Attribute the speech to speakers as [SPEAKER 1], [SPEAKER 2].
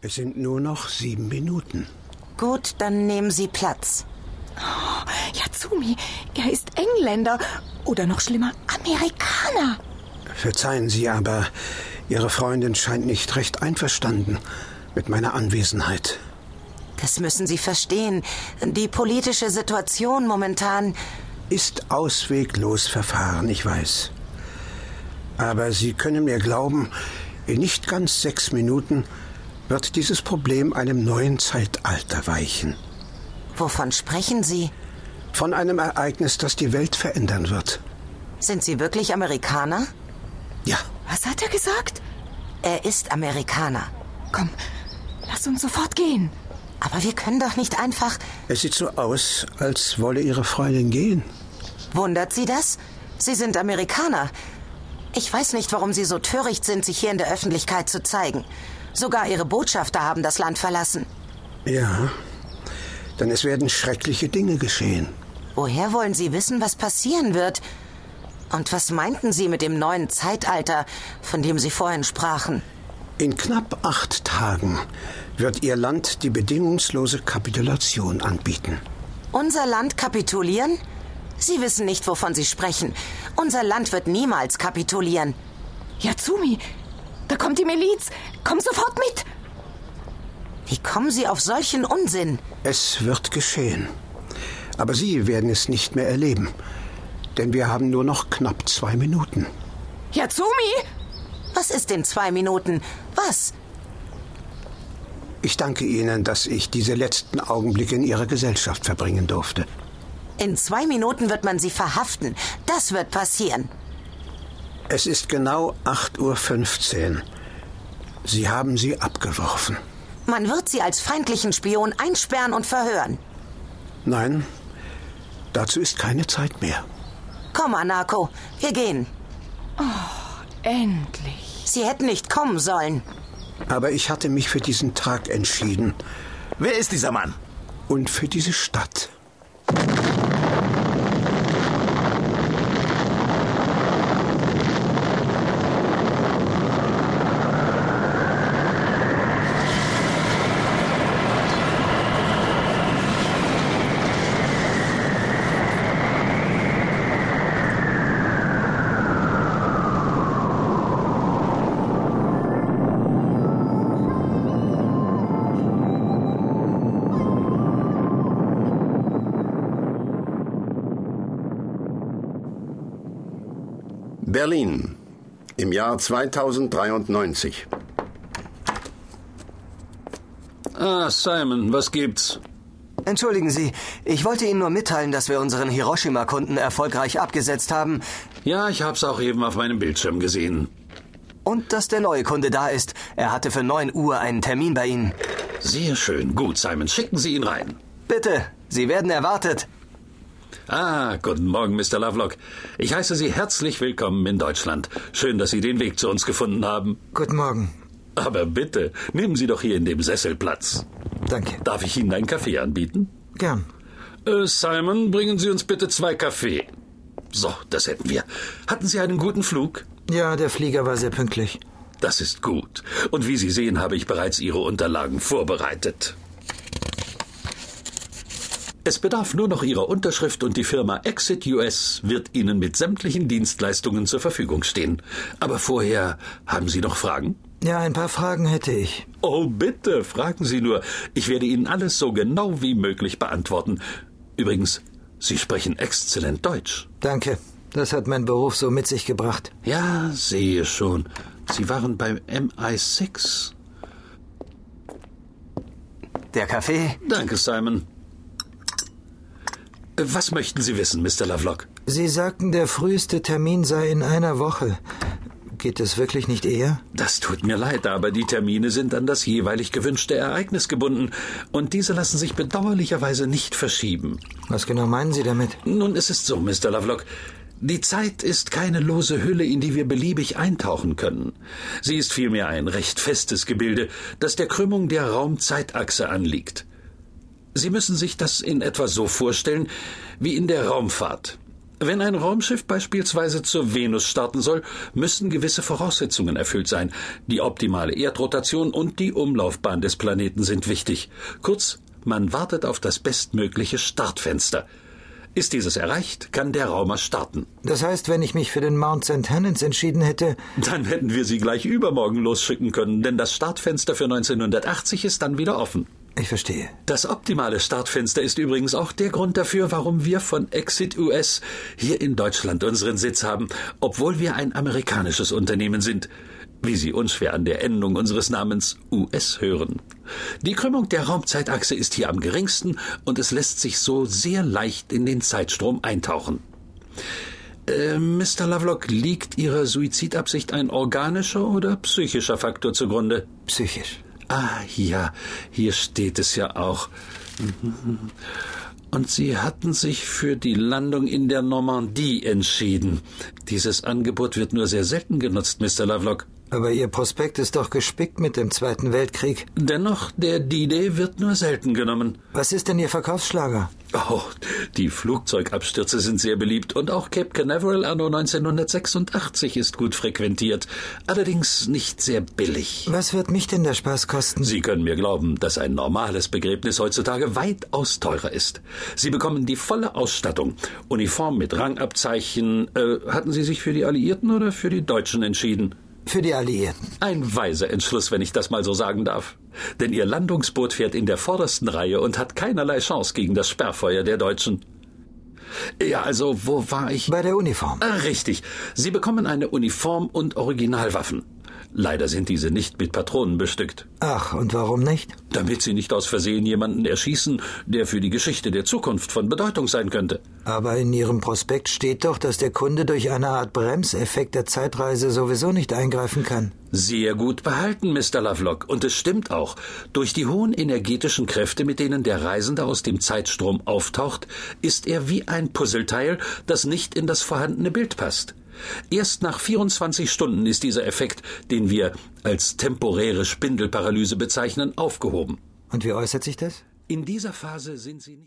[SPEAKER 1] Es sind nur noch sieben Minuten.
[SPEAKER 2] Gut, dann nehmen Sie Platz.
[SPEAKER 3] Yatsumi, er ist Engländer oder noch schlimmer, Amerikaner.
[SPEAKER 1] Verzeihen Sie, aber Ihre Freundin scheint nicht recht einverstanden mit meiner Anwesenheit.
[SPEAKER 2] Das müssen Sie verstehen. Die politische Situation momentan.
[SPEAKER 1] Ist ausweglos verfahren, ich weiß. Aber Sie können mir glauben, in nicht ganz sechs Minuten wird dieses Problem einem neuen Zeitalter weichen.
[SPEAKER 2] Wovon sprechen Sie?
[SPEAKER 1] Von einem Ereignis, das die Welt verändern wird.
[SPEAKER 2] Sind Sie wirklich Amerikaner?
[SPEAKER 1] Ja,
[SPEAKER 3] Was hat er gesagt?
[SPEAKER 2] Er ist Amerikaner.
[SPEAKER 3] Komm, lass uns sofort gehen.
[SPEAKER 2] Aber wir können doch nicht einfach.
[SPEAKER 1] es sieht so aus, als wolle Ihre Freundin gehen.
[SPEAKER 2] Wundert Sie das? Sie sind Amerikaner. Ich weiß nicht, warum Sie so töricht sind, sich hier in der Öffentlichkeit zu zeigen. Sogar Ihre Botschafter haben das Land verlassen.
[SPEAKER 1] Ja, denn es werden schreckliche Dinge geschehen.
[SPEAKER 2] Woher wollen Sie wissen, was passieren wird? Und was meinten Sie mit dem neuen Zeitalter, von dem Sie vorhin sprachen?
[SPEAKER 1] In knapp acht Tagen wird Ihr Land die bedingungslose Kapitulation anbieten.
[SPEAKER 2] Unser Land kapitulieren? Sie wissen nicht, wovon Sie sprechen. Unser Land wird niemals kapitulieren.
[SPEAKER 3] Yatsumi, da kommt die Miliz. Komm sofort mit.
[SPEAKER 2] Wie kommen Sie auf solchen Unsinn?
[SPEAKER 1] Es wird geschehen. Aber Sie werden es nicht mehr erleben. Denn wir haben nur noch knapp zwei Minuten.
[SPEAKER 3] Yatsumi!
[SPEAKER 2] Was ist in zwei Minuten? Was?
[SPEAKER 1] Ich danke Ihnen, dass ich diese letzten Augenblicke in Ihrer Gesellschaft verbringen durfte.
[SPEAKER 2] In zwei Minuten wird man Sie verhaften. Das wird passieren.
[SPEAKER 1] Es ist genau 8.15 Uhr. Sie haben sie abgeworfen.
[SPEAKER 2] Man wird Sie als feindlichen Spion einsperren und verhören.
[SPEAKER 1] Nein, dazu ist keine Zeit mehr.
[SPEAKER 2] Komm, Anako, wir gehen.
[SPEAKER 3] Endlich.
[SPEAKER 2] Sie hätten nicht kommen sollen.
[SPEAKER 1] Aber ich hatte mich für diesen Tag entschieden
[SPEAKER 4] Wer ist dieser Mann?
[SPEAKER 1] und für diese Stadt.
[SPEAKER 5] Berlin im Jahr 2093.
[SPEAKER 6] Ah, Simon, was gibt's?
[SPEAKER 7] Entschuldigen Sie, ich wollte Ihnen nur mitteilen, dass wir unseren Hiroshima-Kunden erfolgreich abgesetzt haben
[SPEAKER 6] Ja, ich hab's auch eben auf meinem Bildschirm gesehen.
[SPEAKER 7] und dass der neue Kunde da ist. Er hatte für 9 Uhr einen Termin bei Ihnen.
[SPEAKER 6] Sehr schön. Gut, Simon, schicken Sie ihn rein.
[SPEAKER 7] Bitte, Sie werden erwartet.
[SPEAKER 6] Ah, guten Morgen, Mr. Lovelock. Ich heiße Sie herzlich willkommen in Deutschland. Schön, dass Sie den Weg zu uns gefunden haben.
[SPEAKER 8] Guten Morgen.
[SPEAKER 6] Aber bitte, nehmen Sie doch hier in dem Sessel Platz.
[SPEAKER 8] Danke.
[SPEAKER 6] Darf ich Ihnen einen Kaffee anbieten?
[SPEAKER 8] Gern.
[SPEAKER 6] Äh, Simon, bringen Sie uns bitte zwei Kaffee. So, das hätten wir. Hatten Sie einen guten Flug?
[SPEAKER 8] Ja, der Flieger war sehr pünktlich.
[SPEAKER 6] Das ist gut. Und wie Sie sehen, habe ich bereits Ihre Unterlagen vorbereitet. Es bedarf nur noch Ihrer Unterschrift und die Firma Exit US wird Ihnen mit sämtlichen Dienstleistungen zur Verfügung stehen. Aber vorher haben Sie noch Fragen?
[SPEAKER 8] Ja, ein paar Fragen hätte ich.
[SPEAKER 6] Oh, bitte, fragen Sie nur. Ich werde Ihnen alles so genau wie möglich beantworten. Übrigens, Sie sprechen exzellent Deutsch.
[SPEAKER 8] Danke. Das hat mein Beruf so mit sich gebracht.
[SPEAKER 6] Ja, sehe schon. Sie waren beim MI6.
[SPEAKER 7] Der Kaffee?
[SPEAKER 6] Danke, Simon. Was möchten Sie wissen, Mr. Lovelock?
[SPEAKER 8] Sie sagten, der früheste Termin sei in einer Woche. Geht es wirklich nicht eher?
[SPEAKER 6] Das tut mir leid, aber die Termine sind an das jeweilig gewünschte Ereignis gebunden und diese lassen sich bedauerlicherweise nicht verschieben.
[SPEAKER 8] Was genau meinen Sie damit?
[SPEAKER 6] Nun, es ist so, Mr. Lovelock. Die Zeit ist keine lose Hülle, in die wir beliebig eintauchen können. Sie ist vielmehr ein recht festes Gebilde, das der Krümmung der Raum-Zeitachse anliegt. Sie müssen sich das in etwa so vorstellen wie in der Raumfahrt. Wenn ein Raumschiff beispielsweise zur Venus starten soll, müssen gewisse Voraussetzungen erfüllt sein. Die optimale Erdrotation und die Umlaufbahn des Planeten sind wichtig. Kurz, man wartet auf das bestmögliche Startfenster. Ist dieses erreicht, kann der Raumer starten.
[SPEAKER 8] Das heißt, wenn ich mich für den Mount St. Helens entschieden hätte,
[SPEAKER 6] Dann hätten wir sie gleich übermorgen losschicken können, denn das Startfenster für 1980 ist dann wieder offen.
[SPEAKER 8] ich verstehe.
[SPEAKER 6] Das optimale Startfenster ist übrigens auch der Grund dafür, warum wir von Exit US hier in Deutschland unseren Sitz haben, obwohl wir ein amerikanisches Unternehmen sind, wie Sie unschwer an der Endung unseres Namens US hören. Die Krümmung der Raumzeitachse ist hier am geringsten und es lässt sich so sehr leicht in den Zeitstrom eintauchen. Äh, Mr. Lovelock, liegt Ihrer Suizidabsicht ein organischer oder psychischer Faktor zugrunde?
[SPEAKER 8] Psychisch.
[SPEAKER 6] Ah ja, hier steht es ja auch. Und sie hatten sich für die Landung in der Normandie entschieden. Dieses Angebot wird nur sehr selten genutzt, Mr. Lovelock.
[SPEAKER 8] Aber Ihr Prospekt ist doch gespickt mit dem Zweiten Weltkrieg.
[SPEAKER 6] Dennoch, der D-Day wird nur selten genommen.
[SPEAKER 8] Was ist denn Ihr Verkaufsschlager?
[SPEAKER 6] Oh, die Flugzeugabstürze sind sehr beliebt und auch Cape Canaveral anno 1986 ist gut frequentiert, allerdings nicht sehr billig.
[SPEAKER 8] Was wird mich denn der Spaß kosten?
[SPEAKER 6] Sie können mir glauben, dass ein normales Begräbnis heutzutage weitaus teurer ist. Sie bekommen die volle Ausstattung. Uniform mit Rangabzeichen. Äh, hatten Sie sich für die Alliierten oder für die Deutschen entschieden?
[SPEAKER 8] Für die Alliierten.
[SPEAKER 6] Ein weiser Entschluss, wenn ich das mal so sagen darf. Denn Ihr Landungsboot fährt in der vordersten Reihe und hat keinerlei Chance gegen das Sperrfeuer der Deutschen. Ja, also, wo war ich?
[SPEAKER 8] Bei der Uniform.
[SPEAKER 6] Ah, richtig. Sie bekommen eine Uniform und Originalwaffen. Leider sind diese nicht mit Patronen bestückt.
[SPEAKER 8] Ach, und warum nicht?
[SPEAKER 6] Damit sie nicht aus Versehen jemanden erschießen, der für die Geschichte der Zukunft von Bedeutung sein könnte.
[SPEAKER 8] Aber in Ihrem Prospekt steht doch, dass der Kunde durch eine Art Bremseffekt der Zeitreise sowieso nicht eingreifen kann.
[SPEAKER 6] Sehr gut behalten, Mr. Lovelock. Und es stimmt auch. Durch die hohen energetischen Kräfte, mit denen der Reisende aus dem Zeitstrom auftaucht, ist er wie ein Puzzleteil, das nicht in das vorhandene Bild passt. Erst nach 24 Stunden ist dieser Effekt, den wir als temporäre Spindelparalyse bezeichnen, aufgehoben.
[SPEAKER 8] Und wie äußert sich das?
[SPEAKER 6] In dieser Phase sind sie nicht